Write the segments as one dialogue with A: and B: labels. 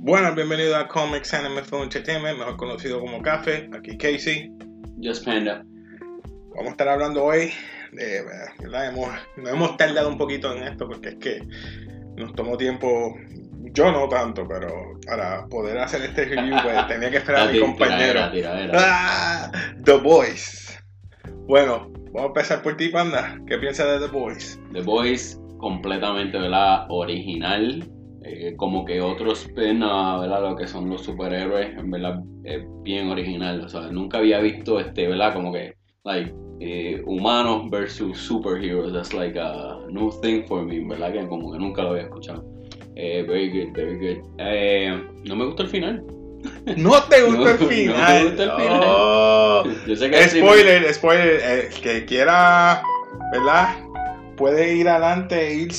A: Buenas, bienvenidos a Comics Anime Film Entertainment, mejor conocido como Café. Aquí Casey.
B: Just Panda.
A: Vamos a estar hablando hoy de. ¿verdad? Hemos, nos hemos tardado un poquito en esto porque es que nos tomó tiempo. Yo no tanto, pero para poder hacer este review pues, tenía que esperar a mi
B: ti-
A: compañero.
B: tiradera, tiradera.
A: ¡Ah! The Boys. Bueno, vamos a empezar por ti, Panda. ¿Qué piensas de The Boys?
B: The Voice completamente, ¿verdad? Original. Eh, como que otros spin a, ¿verdad? Lo que son los superhéroes, en verdad, es bien original. O sea, nunca había visto este, ¿verdad? Como que, like, eh, humanos versus superheroes. That's like a new thing for me, ¿verdad? Que como que nunca lo había escuchado. Eh, very good, very good. Eh, no me gusta el final.
A: No te gustó el
B: No, no me
A: final.
B: gustó el final.
A: Oh.
B: Yo sé que sí,
A: Spoiler, spoiler. eh, que quiera, ¿verdad? Puede ir adelante e ir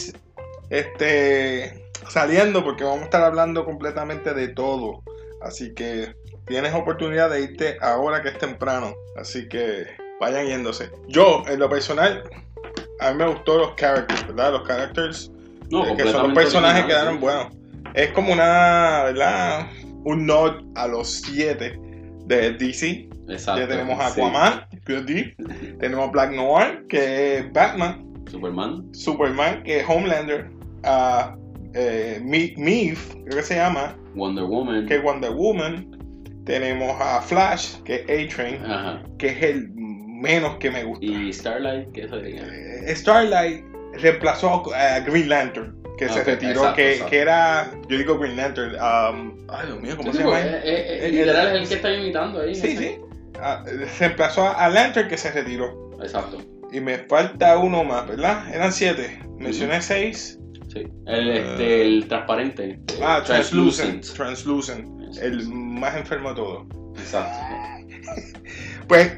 A: este, saliendo porque vamos a estar hablando completamente de todo. Así que tienes oportunidad de irte ahora que es temprano. Así que vayan yéndose. Yo, en lo personal, a mí me gustó los characters, ¿verdad? Los characters,
B: no,
A: eh, que son los
B: completamente
A: personajes
B: original,
A: quedaron
B: sí.
A: buenos. Es como una, ¿verdad? Un nod a los siete de DC.
B: Exacto.
A: Ya tenemos
B: sí.
A: Aquaman, P.O.D., tenemos Black Noir, que es Batman,
B: Superman.
A: Superman, que es Homelander, ah, eh, Mi- Mif, creo que se llama,
B: Wonder Woman.
A: que es Wonder Woman, tenemos a Flash, que es A-Train,
B: Ajá.
A: que es el menos que me gusta.
B: Y Starlight, que eso sería.
A: Eh, Starlight reemplazó a Green Lantern, que se
B: Ok,
A: retiró,
B: exacto,
A: que,
B: exacto.
A: que era, yo digo Green Lantern, um, ay Dios mío, ¿cómo se llama? él?
B: Eh, eh, eh,
A: El-
B: literal es el que está imitando ahí.
A: Sí,
B: ese.
A: sí, Ah, reemplazó a a Lantern, que se retiró.
B: Exacto.
A: Y me falta uno más, ¿verdad? Eran siete. Mencioné seis.
B: Sí. El,
A: Eh.
B: este, el transparente.
A: Ah, translucent.
B: Translucent.
A: Translucent. El más enfermo de todos.
B: Exacto.
A: Pues,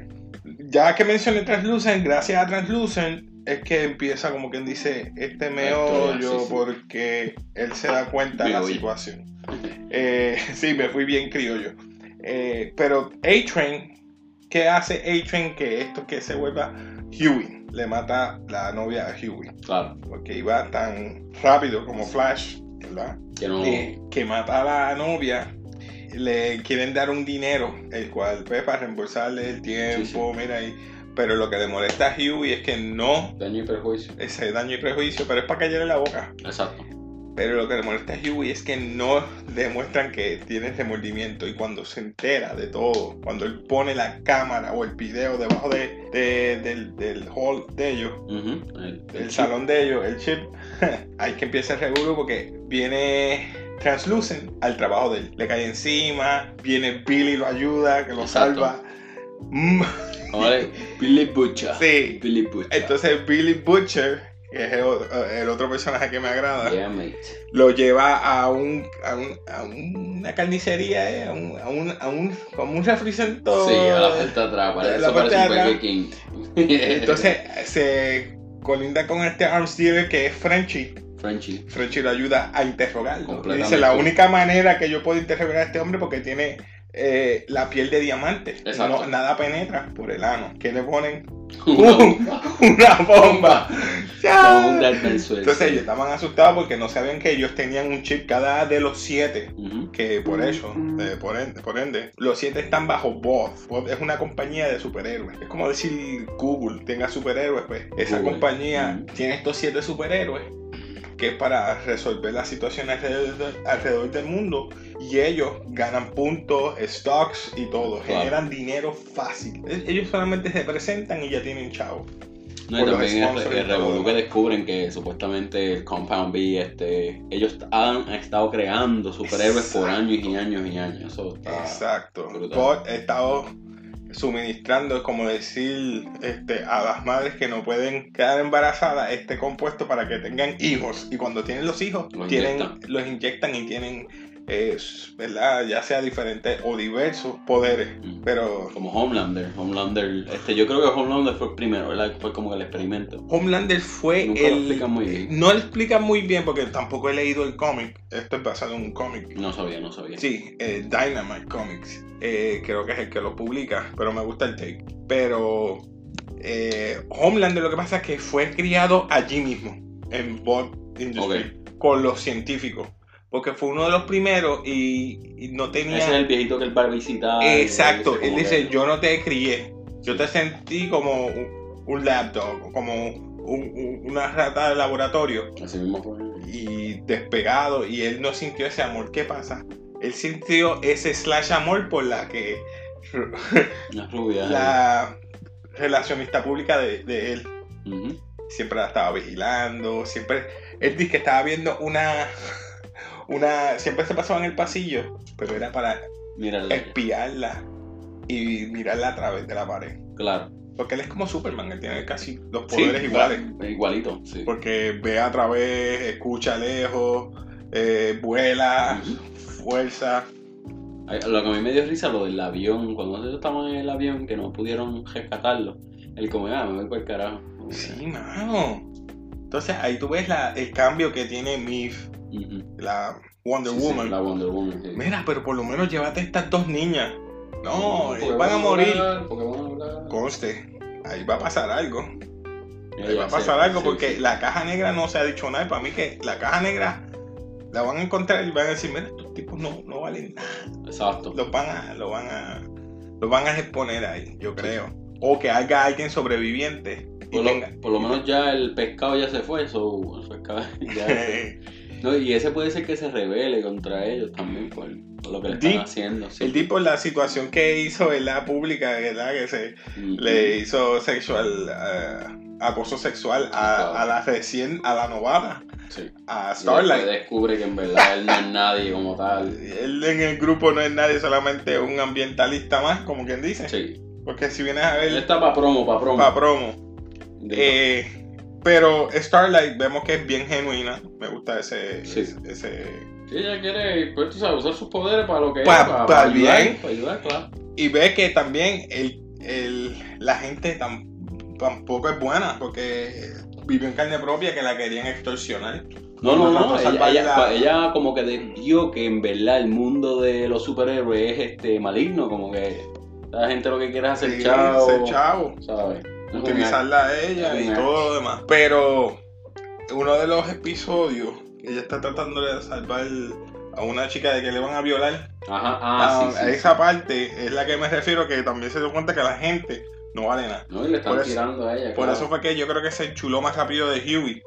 A: ya que mencioné Translucent, gracias a Translucent es que empieza como quien dice este meollo
B: sí, sí.
A: porque él se da cuenta de la
B: Meollo.
A: situación. Eh, sí, me fui bien criollo. Eh, pero A-Train, ¿qué hace A-Train que esto que se vuelva Huey? Le mata la novia a Huey.
B: Claro.
A: porque iba tan rápido como Flash, ¿verdad?
B: Que no.
A: Eh, que mata a la novia, le quieren dar un dinero, el cual pues para reembolsarle el tiempo, mira ahí. Pero lo que le molesta a Huey es que no
B: Daño y perjuicio.
A: ese daño y prejuicio, pero es para callarle la boca.
B: Exacto.
A: Pero lo que le molesta a Huey es que no demuestran que tiene remordimiento y cuando se entera de todo, cuando él pone la cámara o el video debajo de- de- del, del hall de ellos,
B: Ujú. El, el
A: el
B: chip.
A: salón de ellos, el chip, hay que empieza el revuelo porque viene Translucent al trabajo de él. Le cae encima, viene Billy, lo ayuda, que lo
B: Exacto.
A: salva. Mm,
B: Vale. Billy Butcher.
A: Sí.
B: Billy Butcher.
A: Entonces Billy Butcher, que es el, o- el otro personaje que me agrada,
B: Yeah, mate.
A: lo lleva a, un, a, un- a una carnicería, eh, a, un, a, un, a un- como un refrigerador.
B: Sí, a la parte de atrás. Para
A: La
B: eso
A: parte
B: parece
A: de
B: un
A: atrás.
B: Burger King.
A: Entonces se colinda con este arms dealer que es Frenchy.
B: Frenchie.
A: Frenchy lo ayuda a interrogarlo. Le
B: Completamente.
A: Dice, la única manera que yo puedo interrogar a este hombre porque tiene eh, la piel de diamante.
B: Exacto.
A: No- nada penetra por el ano. Que le ponen
B: Una
A: una bomba. Ya.
B: Con un Dark Venezuela.
A: Entonces ellos estaban asustados porque no sabían que ellos tenían un chip cada de los siete.
B: Ujú.
A: Que por eso, eh, por, ende, por ende, los siete están bajo Bob. Bob es una compañía de superhéroes. Es como decir Google tenga superhéroes, pues esa
B: Google. Mm.
A: compañía
B: Ujú.
A: tiene estos siete superhéroes que es para resolver las situaciones alrededor, de- alrededor del mundo y ellos ganan puntos, stocks y todo,
B: Claro.
A: generan dinero fácil. E- Ellos solamente se presentan y ya tienen chavo.
B: No,
A: por los
B: y también el,
A: sponsors y
B: el
A: todo
B: revolú
A: lo
B: que
A: demás.
B: descubren que supuestamente el Compound B, este, ellos han estado creando superhéroes por
A: Exacto.
B: años y años y años. Eso está-
A: Exacto.
B: Ah, brutal.
A: Bot ha estado suministrando, es como decir, este, a las madres que no pueden quedar embarazadas este compuesto para que tengan hijos. Y cuando tienen los hijos,
B: Los
A: tienen,
B: inyectan.
A: los inyectan y tienen, eh, ¿verdad? Ya sea diferentes o diversos poderes.
B: Mm.
A: Pero
B: Como Homelander, Homelander, este, yo creo que Homelander fue el primero, ¿verdad? Fue como el experimento.
A: Homelander fue
B: Nunca lo
A: Eh, el...
B: explican muy bien.
A: No lo explica muy bien porque tampoco he leído el cómic. Esto es basado en un cómic.
B: No sabía, no sabía.
A: eh, Sí, eh, Dynamite Comics. eh, creo que es el que lo publica, pero me gusta el take. Pero eh, Homelander lo que pasa es que fue criado allí mismo, en Bot Industry, con los científicos. Porque fue uno de los primeros y, y no tenía.
B: Ese es el viejito que el bar visitaba. y
A: Exacto,
B: como
A: él dice,
B: que-
A: yo no te crié, yo te sentí como un, un laptop, como un- un- una rata de laboratorio
B: Así mismo fue.
A: y despegado y él no sintió ese amor, ¿qué pasa? Él sintió ese slash amor por la que
B: Una rubia.
A: la relacionista pública de, de él
B: Ujú.
A: siempre la estaba vigilando, siempre él dice que estaba viendo una una siempre se pasaba en el pasillo, pero era para
B: Mírala.
A: espiarla y mirarla a través de la pared.
B: Claro.
A: Porque él es como Superman, él tiene casi los
B: Sí,
A: poderes
B: claro,
A: iguales.
B: Igualito, sí.
A: Porque ve a través, escucha lejos, eh, vuela,
B: Ujú.
A: fuerza.
B: Ay, Lo que a mí me dio risa lo del avión, cuando nosotros estábamos en el avión que no pudieron rescatarlo, él como, ah, me voy por el carajo.
A: Sí, mano. Entonces ahí tú ves la, el cambio que tiene Mif,
B: "Ah, Ujú.
A: la Wonder
B: Sí, sí,
A: Woman.
B: la Wonder Woman. sí.
A: Mira, pero por lo menos llévate estas dos niñas. No,
B: Porque
A: ellas van a morir.
B: volar, porque van a volar.
A: Conste, ahí va a pasar algo. Ahí
B: Ya
A: va a
B: sé,
A: pasar algo
B: sí,
A: porque
B: sí.
A: la caja negra no se ha dicho nada. Y Para mí que la caja negra la van a encontrar y van a decir, mira, estos tipos no, no valen nada.
B: Exacto.
A: Los van a, los van a, los van a exponer ahí, yo creo. O que haga alguien sobreviviente y
B: Por
A: tenga.
B: lo, por lo menos ya el pescado ya se fue, so, el pescado ya- No, y ese puede ser que se rebele contra ellos también por, por lo que le están
A: Deep.
B: haciendo. sí.
A: El tipo, la situación que hizo, la Pública, ¿verdad? Que se
B: Ujú.
A: le hizo sexual, eh, acoso sexual a, a la recién, a la novata,
B: Sí.
A: a
B: Y
A: Starlight.
B: después descubre que en verdad él no es nadie como tal.
A: Él en el grupo no es nadie, solamente un ambientalista más, como quien dice.
B: Sí.
A: Porque si vienes a
B: Él
A: ver
B: está para promo, para promo.
A: pa' promo. Eh, pero Starlight vemos que es bien genuina. Me gusta ese.
B: Sí.
A: ese-
B: Sí, ella quiere, pues tú sabes, usar sus poderes para lo que
A: Pa-
B: es, para,
A: pa'
B: para ayudar,
A: bien.
B: para ayudar, claro.
A: Y ve que también el, el- la gente tam- tampoco es buena porque vivió en carne propia que la querían extorsionar.
B: No, no, no,
A: Nosotros
B: ella, ella-
A: salvarla-
B: ella como que desvió que en verdad el mundo de los superhéroes es este maligno, como que la gente lo que quiere es hacer
A: Sí,
B: chao,
A: ser chavo.
B: ¿sabes? No es un
A: utilizarla a ella y
B: Ajá.
A: todo lo demás. Pero uno de los episodios, ella está tratando de salvar a una chica de que le van a violar.
B: acto. Ajá, ah,
A: Ah,
B: sí, sí,
A: a
B: sí.
A: esa parte es la que me refiero, que también se dio cuenta que la gente no vale nada.
B: No, y le están
A: Por eso-
B: tirando a ella.
A: Por
B: claro.
A: eso fue que yo creo que se enchuló más rápido de Huey.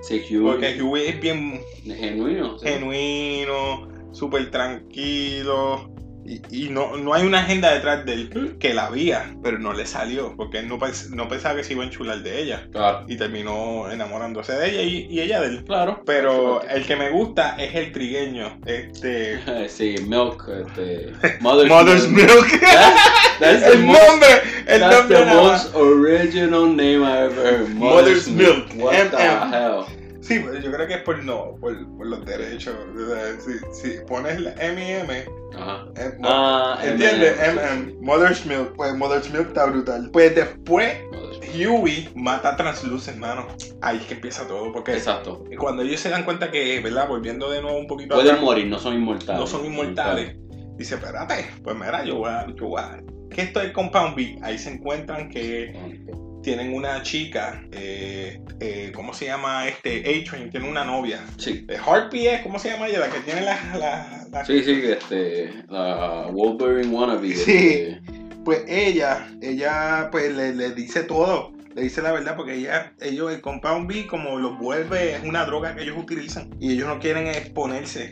B: Sí, Hugh,
A: Porque Huey es bien
B: genuino. sí.
A: genuino, súper tranquilo. Y, y no, no hay una agenda detrás de él que la había, pero no le salió. Porque él no, pens- no pensaba que se iba a enchular de ella.
B: Claro.
A: y terminó enamorándose de ella y, y ella de él.
B: Claro.
A: Pero el que me gusta es el trigueño, este...
B: Sí, Milk, este. Mother's,
A: Milk.
B: That's, that's the
A: el
B: most,
A: nombre, el
B: that's
A: nombre
B: the
A: nada más.
B: most original name I've ever heard.
A: Mother's Milk,
B: What the
A: MM.
B: hell?
A: Sí, pero yo creo que es por no, por, por los derechos. o sea, Si, si pones la M&M,
B: Ajá.
A: eh, no,
B: Ah,
A: ¿entiendes?
B: MM,
A: M&M, Mother's Milk, pues Mother's Milk está brutal. Pues después
B: Mother's Milk.
A: Huey mata a Transluz, hermano. Ahí es que empieza todo, porque
B: Exacto.
A: cuando ellos se dan cuenta que, ¿verdad? Volviendo de nuevo un poquito atrás,
B: Pueden morir, no son inmortales.
A: no son inmortales. Dice, espérate, pues mira, yo voy a, yo voy a- Que esto es Compound B. Ahí se encuentran que
B: Exacto.
A: tienen una chica, eh, eh, ¿cómo se llama? Este, Adrian, tiene una novia.
B: Sí.
A: Eh, Harpy es, ¿cómo se llama ella? La que tiene la... la- la-
B: Sí, sí, este. La Wolverine Wannabe.
A: Sí.
B: este,
A: Pues ella, ella pues le, le dice todo. Le dice la verdad porque ella, ellos, el Compound B como los vuelve, es una droga que ellos utilizan. Y ellos no quieren exponerse.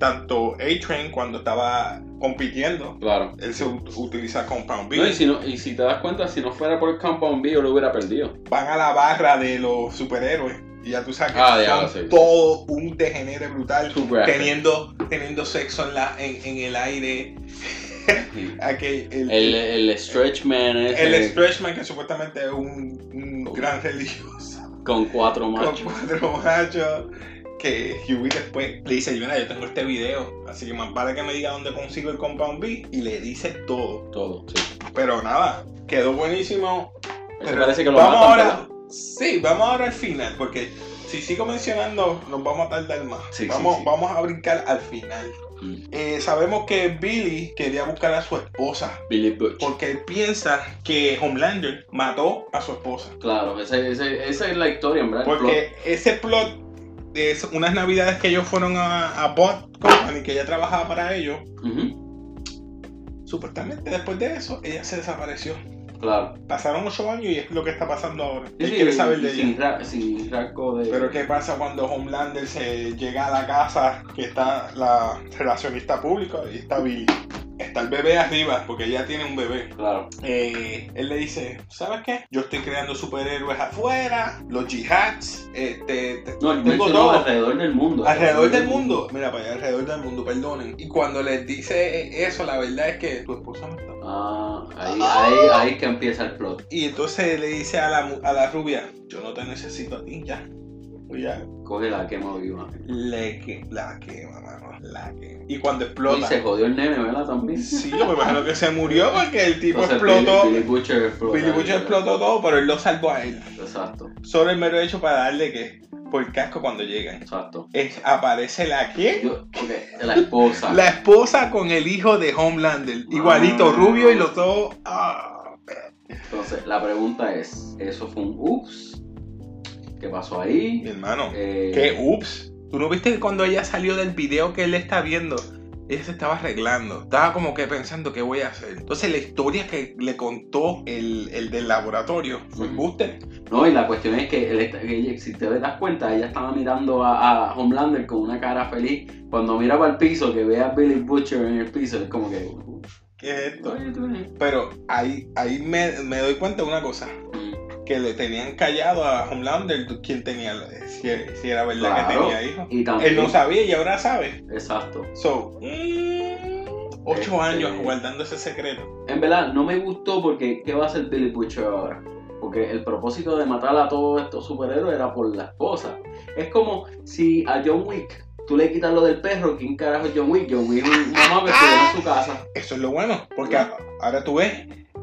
A: Tanto A-Train cuando estaba compitiendo,
B: Claro.
A: él se ut- utiliza Compound B.
B: No, y, si no, y si te das cuenta, si no fuera por el Compound B, yo lo hubiera perdido.
A: van a la barra de los superhéroes y ya tú sabes que
B: Ah,
A: son
B: diablo, sí.
A: todo un degenere brutal
B: Too graphic.
A: teniendo teniendo sexo en la en, en el aire aquel el,
B: El, el Stretch Man
A: el
B: ese,
A: stretch man que supuestamente es un, un gran religioso
B: con cuatro machos.
A: con cuatro machos que Huey después le dice mira yo tengo este video así que más vale que me diga dónde consigo el compound B y le dice todo
B: Todo, sí.
A: pero nada quedó buenísimo
B: Ese
A: Pero
B: parece que lo
A: vamos
B: matan,
A: ahora.
B: ¿verdad?
A: Sí, vamos ahora al final, porque si sigo mencionando, nos vamos a tardar más.
B: Sí, sí,
A: vamos,
B: sí.
A: vamos a brincar al final.
B: Mm.
A: Eh, sabemos que Billy quería buscar a su esposa,
B: Billy Butch.
A: porque él piensa que Homelander mató a su esposa.
B: Claro, esa, esa- esa es la historia, en verdad. el plot.
A: Porque ese plot de eso- unas navidades que ellos fueron a, a Bot Company, que ella trabajaba para ellos,
B: Ujú,
A: supuestamente después de eso, ella se desapareció.
B: Claro.
A: Pasaron ocho años y es lo que está pasando ahora.
B: Sí,
A: Él
B: sí,
A: quiere saber de
B: sin,
A: ella.
B: ra- sin rasgo de.
A: Pero ¿qué pasa cuando Homelander se llega a la casa que está la relacionista pública y está Billy? Está el bebé arriba, porque ella tiene un bebé.
B: Claro.
A: Eh, él le dice, ¿sabes qué? Yo estoy creando superhéroes afuera, los jihads, este, te-
B: No, él
A: Tengo
B: mencionó
A: todo.
B: alrededor del mundo.
A: alrededor del mundo. Mira, para allá, alrededor del mundo, perdonen. Y cuando les dice eso, la verdad es que tu esposa no está.
B: Ah, ahí, ahí, ahí es que empieza el plot.
A: Y entonces le dice a la, mu- a la rubia, yo no te necesito a ti, ya. Y ya,
B: Coge la quema viva.
A: le que, la quema, mano, la quema. Y cuando
B: Y
A: explota...
B: se jodió el nene, ¿verdad? También.
A: Sí, yo me imagino que se murió porque el tipo
B: Entonces,
A: explotó.
B: Billy, Billy Butcher explotó.
A: Billy Butcher explotó todo, pero él lo salvó a él.
B: Exacto,
A: Solo el mero hecho para darle que por casco cuando llegan.
B: exacto.
A: Es- aparece la quién?
B: Yo, ok, la esposa.
A: La esposa con el hijo de Homelander. Igualito,
B: Ah.
A: rubio y los dos. ah.
B: Entonces, la pregunta es: ¿eso fue un ups? ¿Qué pasó ahí?
A: Mi hermano.
B: Eh,
A: ¿Qué? Ups. ¿Tú no viste que cuando ella salió del video que él está viendo? Ella se estaba arreglando. Estaba como que pensando qué voy a hacer. Entonces la historia que le contó el, el del laboratorio fue
B: Ujú.
A: embuste.
B: No, y la cuestión es que, él está- que ella- si te das cuenta, ella estaba mirando a, a Homelander con una cara feliz. Cuando mira para el piso, que ve a Billy Butcher en el piso, es como que. uh,
A: ¿Qué es esto?
B: oye, tú eres-
A: Pero ahí, ahí me, me doy cuenta de una cosa.
B: Mm,
A: Que le tenían callado a Homelander quién tenía, si, si era verdad que
B: Claro.
A: tenía hijos.
B: Y también.
A: Él no sabía y ahora sabe.
B: Exacto.
A: So, mm,
B: Este-
A: ocho años guardando ese secreto.
B: En verdad, no me gustó porque ¿qué va a hacer Billy Butcher ahora? Porque el propósito de matar a todos estos superhéroes era por la esposa. Es como si a John Wick tú le quitas lo del perro, ¿quién carajo es John Wick? John Wick es un mamá que estuvo en su casa.
A: Eso es lo bueno, porque a- ahora tú ves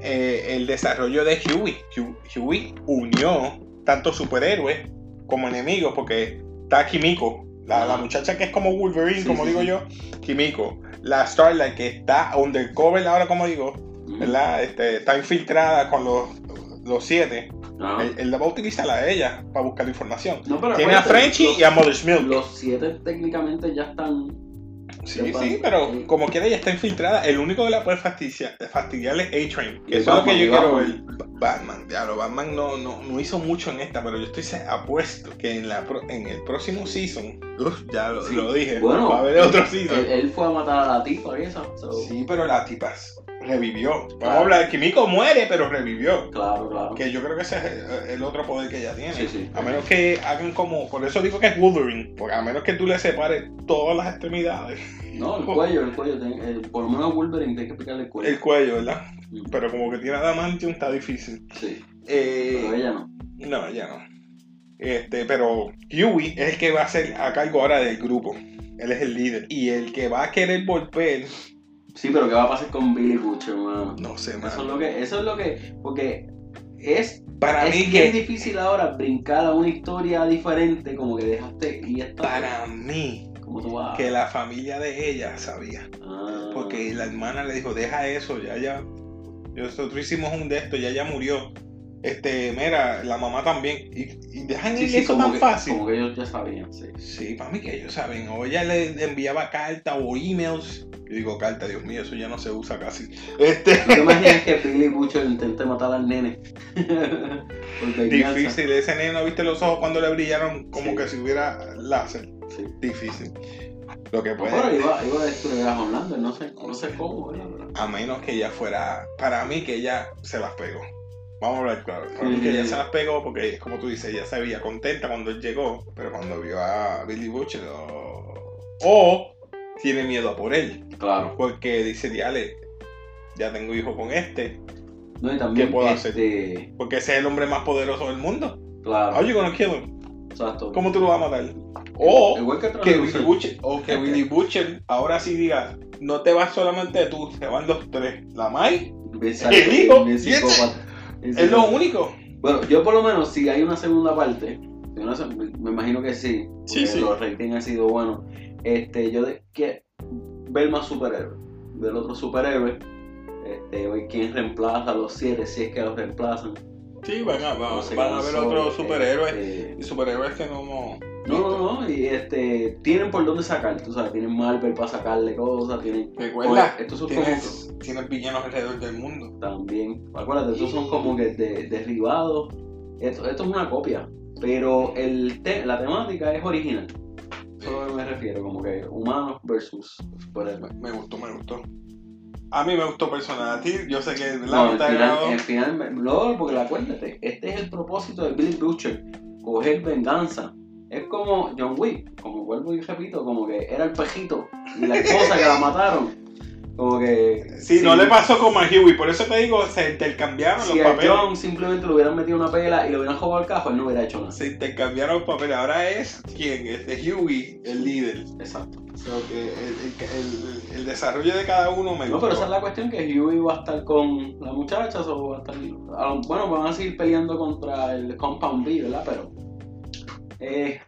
A: eh, el desarrollo de Huey. Hu- Huey unió tanto superhéroes como enemigos, porque está Kimiko, la, la muchacha que es como Wolverine,
B: Sí,
A: como
B: sí,
A: digo
B: sí.
A: yo, Kimiko. La Starlight que está undercover ahora, como digo, ¿verdad? Este, está infiltrada con los, los siete.
B: Ajá.
A: Él, él la va a utilizar a ella para buscar información.
B: No, pero pues,
A: Tiene a
B: acuérdate,
A: Frenchie
B: los-
A: y a Mother's Milk.
B: Los siete técnicamente ya están.
A: Sí, sí, pero como quiera ella está infiltrada. El único que la puede fastidiar, fastidiar es A-Train. Que
B: Y
A: eso es lo que
B: Batman,
A: yo
B: y
A: quiero ver.
B: Batman.
A: Batman, diablo, Batman no, no, no hizo mucho en esta, pero yo estoy se- apuesto que en, la pro- en el próximo season, uf, ya lo,
B: Sí.
A: lo dije,
B: Bueno, eh,
A: va a haber otro season.
B: Él, él fue a matar a la tipa y esa. so,
A: Sí, pero la tipa revivió. Vamos
B: Claro.
A: a hablar de Kimiko muere, pero revivió.
B: Claro, claro.
A: Que yo creo que ese es el- el otro poder que ella tiene.
B: Sí, sí.
A: A menos que hagan como. Por eso digo que es Wolverine. Porque a menos que tú le separes todas las extremidades.
B: No, el cuello, el cuello. ten- el- por lo menos Wolverine tiene que picarle el cuello.
A: El cuello, ¿verdad?
B: Mm,
A: Pero como que tiene adamantium, está difícil.
B: Sí, pero
A: Eh,
B: ella no.
A: no, ya no. Este, pero Huey es el que va a ser a cargo ahora del grupo. Él es el líder. Y el que va a querer volver.
B: Sí, pero ¿qué va a pasar con Billy Butcher, hermano?
A: No sé,
B: Eso es
A: mano.
B: lo que, eso es lo que, porque es,
A: Para
B: es
A: mí
B: bien
A: que.
B: difícil ahora brincar a una historia diferente, como que dejaste y está.
A: Para mí
B: como tú vas.
A: que la familia de ella sabía.
B: Ah,
A: Porque la hermana le dijo, deja eso, ya, ya. Nosotros hicimos un de esto, ya, ya murió. Este, mira, la mamá también. Y, y dejan
B: sí,
A: ir
B: sí,
A: eso
B: como
A: tan
B: que-
A: fácil.
B: Como que ellos ya sabían, sí.
A: Sí, para mí que ellos saben. O ella le enviaba carta o emails. Yo digo carta, Dios mío, eso ya no se usa casi. Este,
B: ¿Tú te imaginas que Billy Butcher intente matar al nene? Por venganza.
A: difícil. Ese nene, ¿viste los ojos cuando le brillaron? Como
B: Sí.
A: que si hubiera láser.
B: Sí.
A: Difícil. Lo que
B: No,
A: puede.
B: pero iba, iba a destruir a Homelander, no sé, no sé cómo, ¿verdad? Pero-
A: A menos que ella fuera. Para mí que ella se las pegó. Vamos a hablar claro. Para mí
B: Sí.
A: que ella se las pegó porque, como tú dices, ella se veía contenta cuando él llegó. Pero cuando vio a Billy Butcher. O, o tiene miedo a por él.
B: Claro.
A: Porque dice, diale, ya tengo hijo con este.
B: No, y también,
A: ¿Qué puedo hacer?
B: este,
A: Porque ese es el hombre más poderoso del mundo.
B: claro,
A: Oye, con el quiero.
B: exacto.
A: ¿Cómo tú lo vas a matar? O
B: Igual que
A: que
B: Translucent.
A: Billy Butcher, o que Billy Butcher ahora sí diga, no te vas solamente tú, se van los tres. La Mai
B: Exacto,
A: El hijo,
B: bien
A: y ese-
B: psicópata.
A: es lo único.
B: Bueno, yo por lo menos, si hay una segunda parte, si una se- me imagino que sí, porque
A: Sí, sí.
B: los ratings han sido buenos. Este, yo de, que ver más superhéroes, ver otro superhéroe, este, ver quién reemplaza a los siete, si es que los reemplazan.
A: Sí, van a,
B: No sé,
A: van a ver
B: Gonzalo,
A: otros superhéroes.
B: este,
A: Y superhéroes que no,
B: eh, No, no, no, y este, tienen por dónde sacar, tú sabes, tienen Marvel para sacarle cosas, tienen...
A: Recuerda,
B: Oye, estos son
A: tienes, tienes villanos alrededor del mundo.
B: también. Acuérdate, estos son como que de- derribados. Esto, esto es una copia. Pero el te- la temática es original. Eso es lo que me refiero, como que humanos versus
A: Me,
B: superhéroes.
A: me gustó, me gustó. A mí me gustó personal. A ti, yo sé que la
B: No, eh,
A: no,
B: el
A: te ha agradado.
B: final, el final me- no, porque acuérdate, este es el propósito de Billy Butcher, coger venganza. Es como John Wick, como vuelvo y repito, como que era el pejito y la esposa que la mataron. Como que.
A: Sí, no
B: si-
A: le pasó como a Huey, por eso te digo, se intercambiaron
B: Si
A: los
B: a
A: papeles.
B: John simplemente le hubieran metido una pela y le hubieran jugado al cajo, él no hubiera hecho nada.
A: Se intercambiaron los papeles. Ahora es quien, este Huey, el líder.
B: Exacto.
A: So que el, el- el- el desarrollo de cada uno me
B: No,
A: gustó.
B: pero esa es la cuestión que Huey va a estar con las muchachas o va a estar... a lo- Bueno, van a seguir peleando contra el Compound B, ¿verdad? Pero... eh,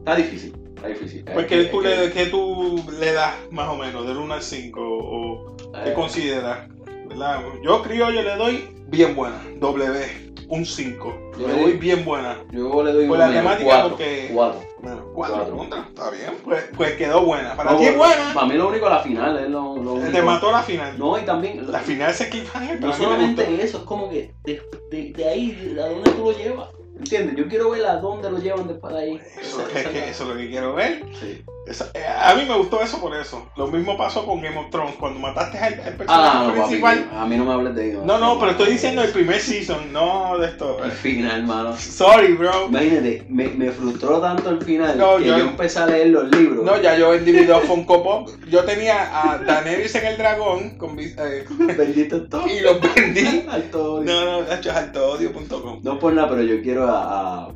B: está difícil, está difícil.
A: Pues,
B: Eh,
A: ¿qué
B: eh,
A: tú,
B: eh,
A: le, qué tú le das más o menos, del 1 al 5? ¿O qué
B: eh,
A: consideras? ¿Verdad? Yo, criollo, le doy bien buena. W, un 5.
B: Yo
A: Le
B: le-
A: doy bien buena.
B: Yo le doy
A: Por la
B: menos,
A: temática,
B: cuatro,
A: porque-
B: cuatro.
A: Bueno, 4
B: Cuatro.
A: puntos. Está bien, pues, pues quedó buena. Para
B: No,
A: ti es buena.
B: Para mí lo único la final es lo, lo único.
A: Te mató la final.
B: No, y también...
A: La final se cliffhanger, pero a mí
B: No
A: me gustó.
B: solamente eso, es como que de, de- de ahí, de- a dónde tú lo llevas. ¿Entiendes? Yo quiero ver a dónde lo llevan después de ahí.
A: Eso,
B: Esa-
A: es
B: esa-
A: que eso es lo que quiero ver.
B: sí.
A: Eso- eh, a mí me gustó eso por eso. Lo mismo pasó con Game of Thrones. Cuando mataste al, al personaje
B: Ah, no, papi,
A: principal.
B: a mí no me hables de eso.
A: no, no, pero estoy diciendo el primer season, no de esto.
B: El final, hermano.
A: Sorry, bro.
B: Imagínate, me, me frustró tanto el final
A: No,
B: que
A: yo-
B: yo... empecé a leer los libros.
A: No, ya yo vendí mi dos Funko Pop. Yo tenía a Daenerys en el dragón con vi- eh,
B: Bendito todo.
A: y los vendí.
B: Alto.
A: No,
B: No.
A: no, de hecho es altoodio.com.
B: por nada, pero yo quiero a. a-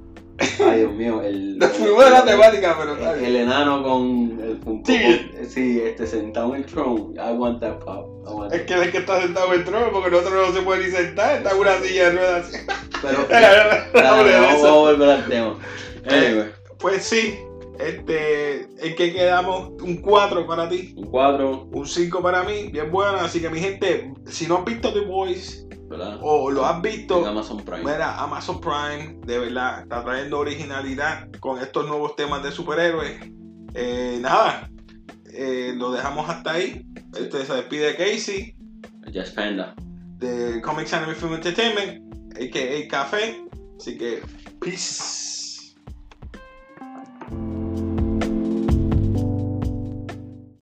B: Ay, Dios mío, el.
A: Nos fuimos de la temática, pero está
B: El,
A: bien.
B: el enano con el Funko
A: Sí.
B: Pop. Sí, este sentado en el throne. I want that pop. I want
A: Es
B: that.
A: que es que está sentado en el trono porque nosotros no se puede ni sentar. Está en una silla de ruedas.
B: Pero.
A: Pobre
B: Dale,
A: de eso.
B: vamos, vamos a volver al tema. Eh, Anyway,
A: Pues sí, este, es que quedamos un 4 para ti,
B: un cuadro,
A: un 5 para mí, bien buena. Así que mi gente, si no has visto The Voice
B: ¿verdad?
A: o lo has
B: En
A: visto,
B: Amazon Prime.
A: mira, Amazon Prime, de verdad, está trayendo originalidad con estos nuevos temas de superhéroes. Eh, nada, eh, lo dejamos hasta ahí. Este se despide Casey
B: Just Panda.
A: de Comics Anime Film Entertainment, a.k.a. Café. Así que, peace.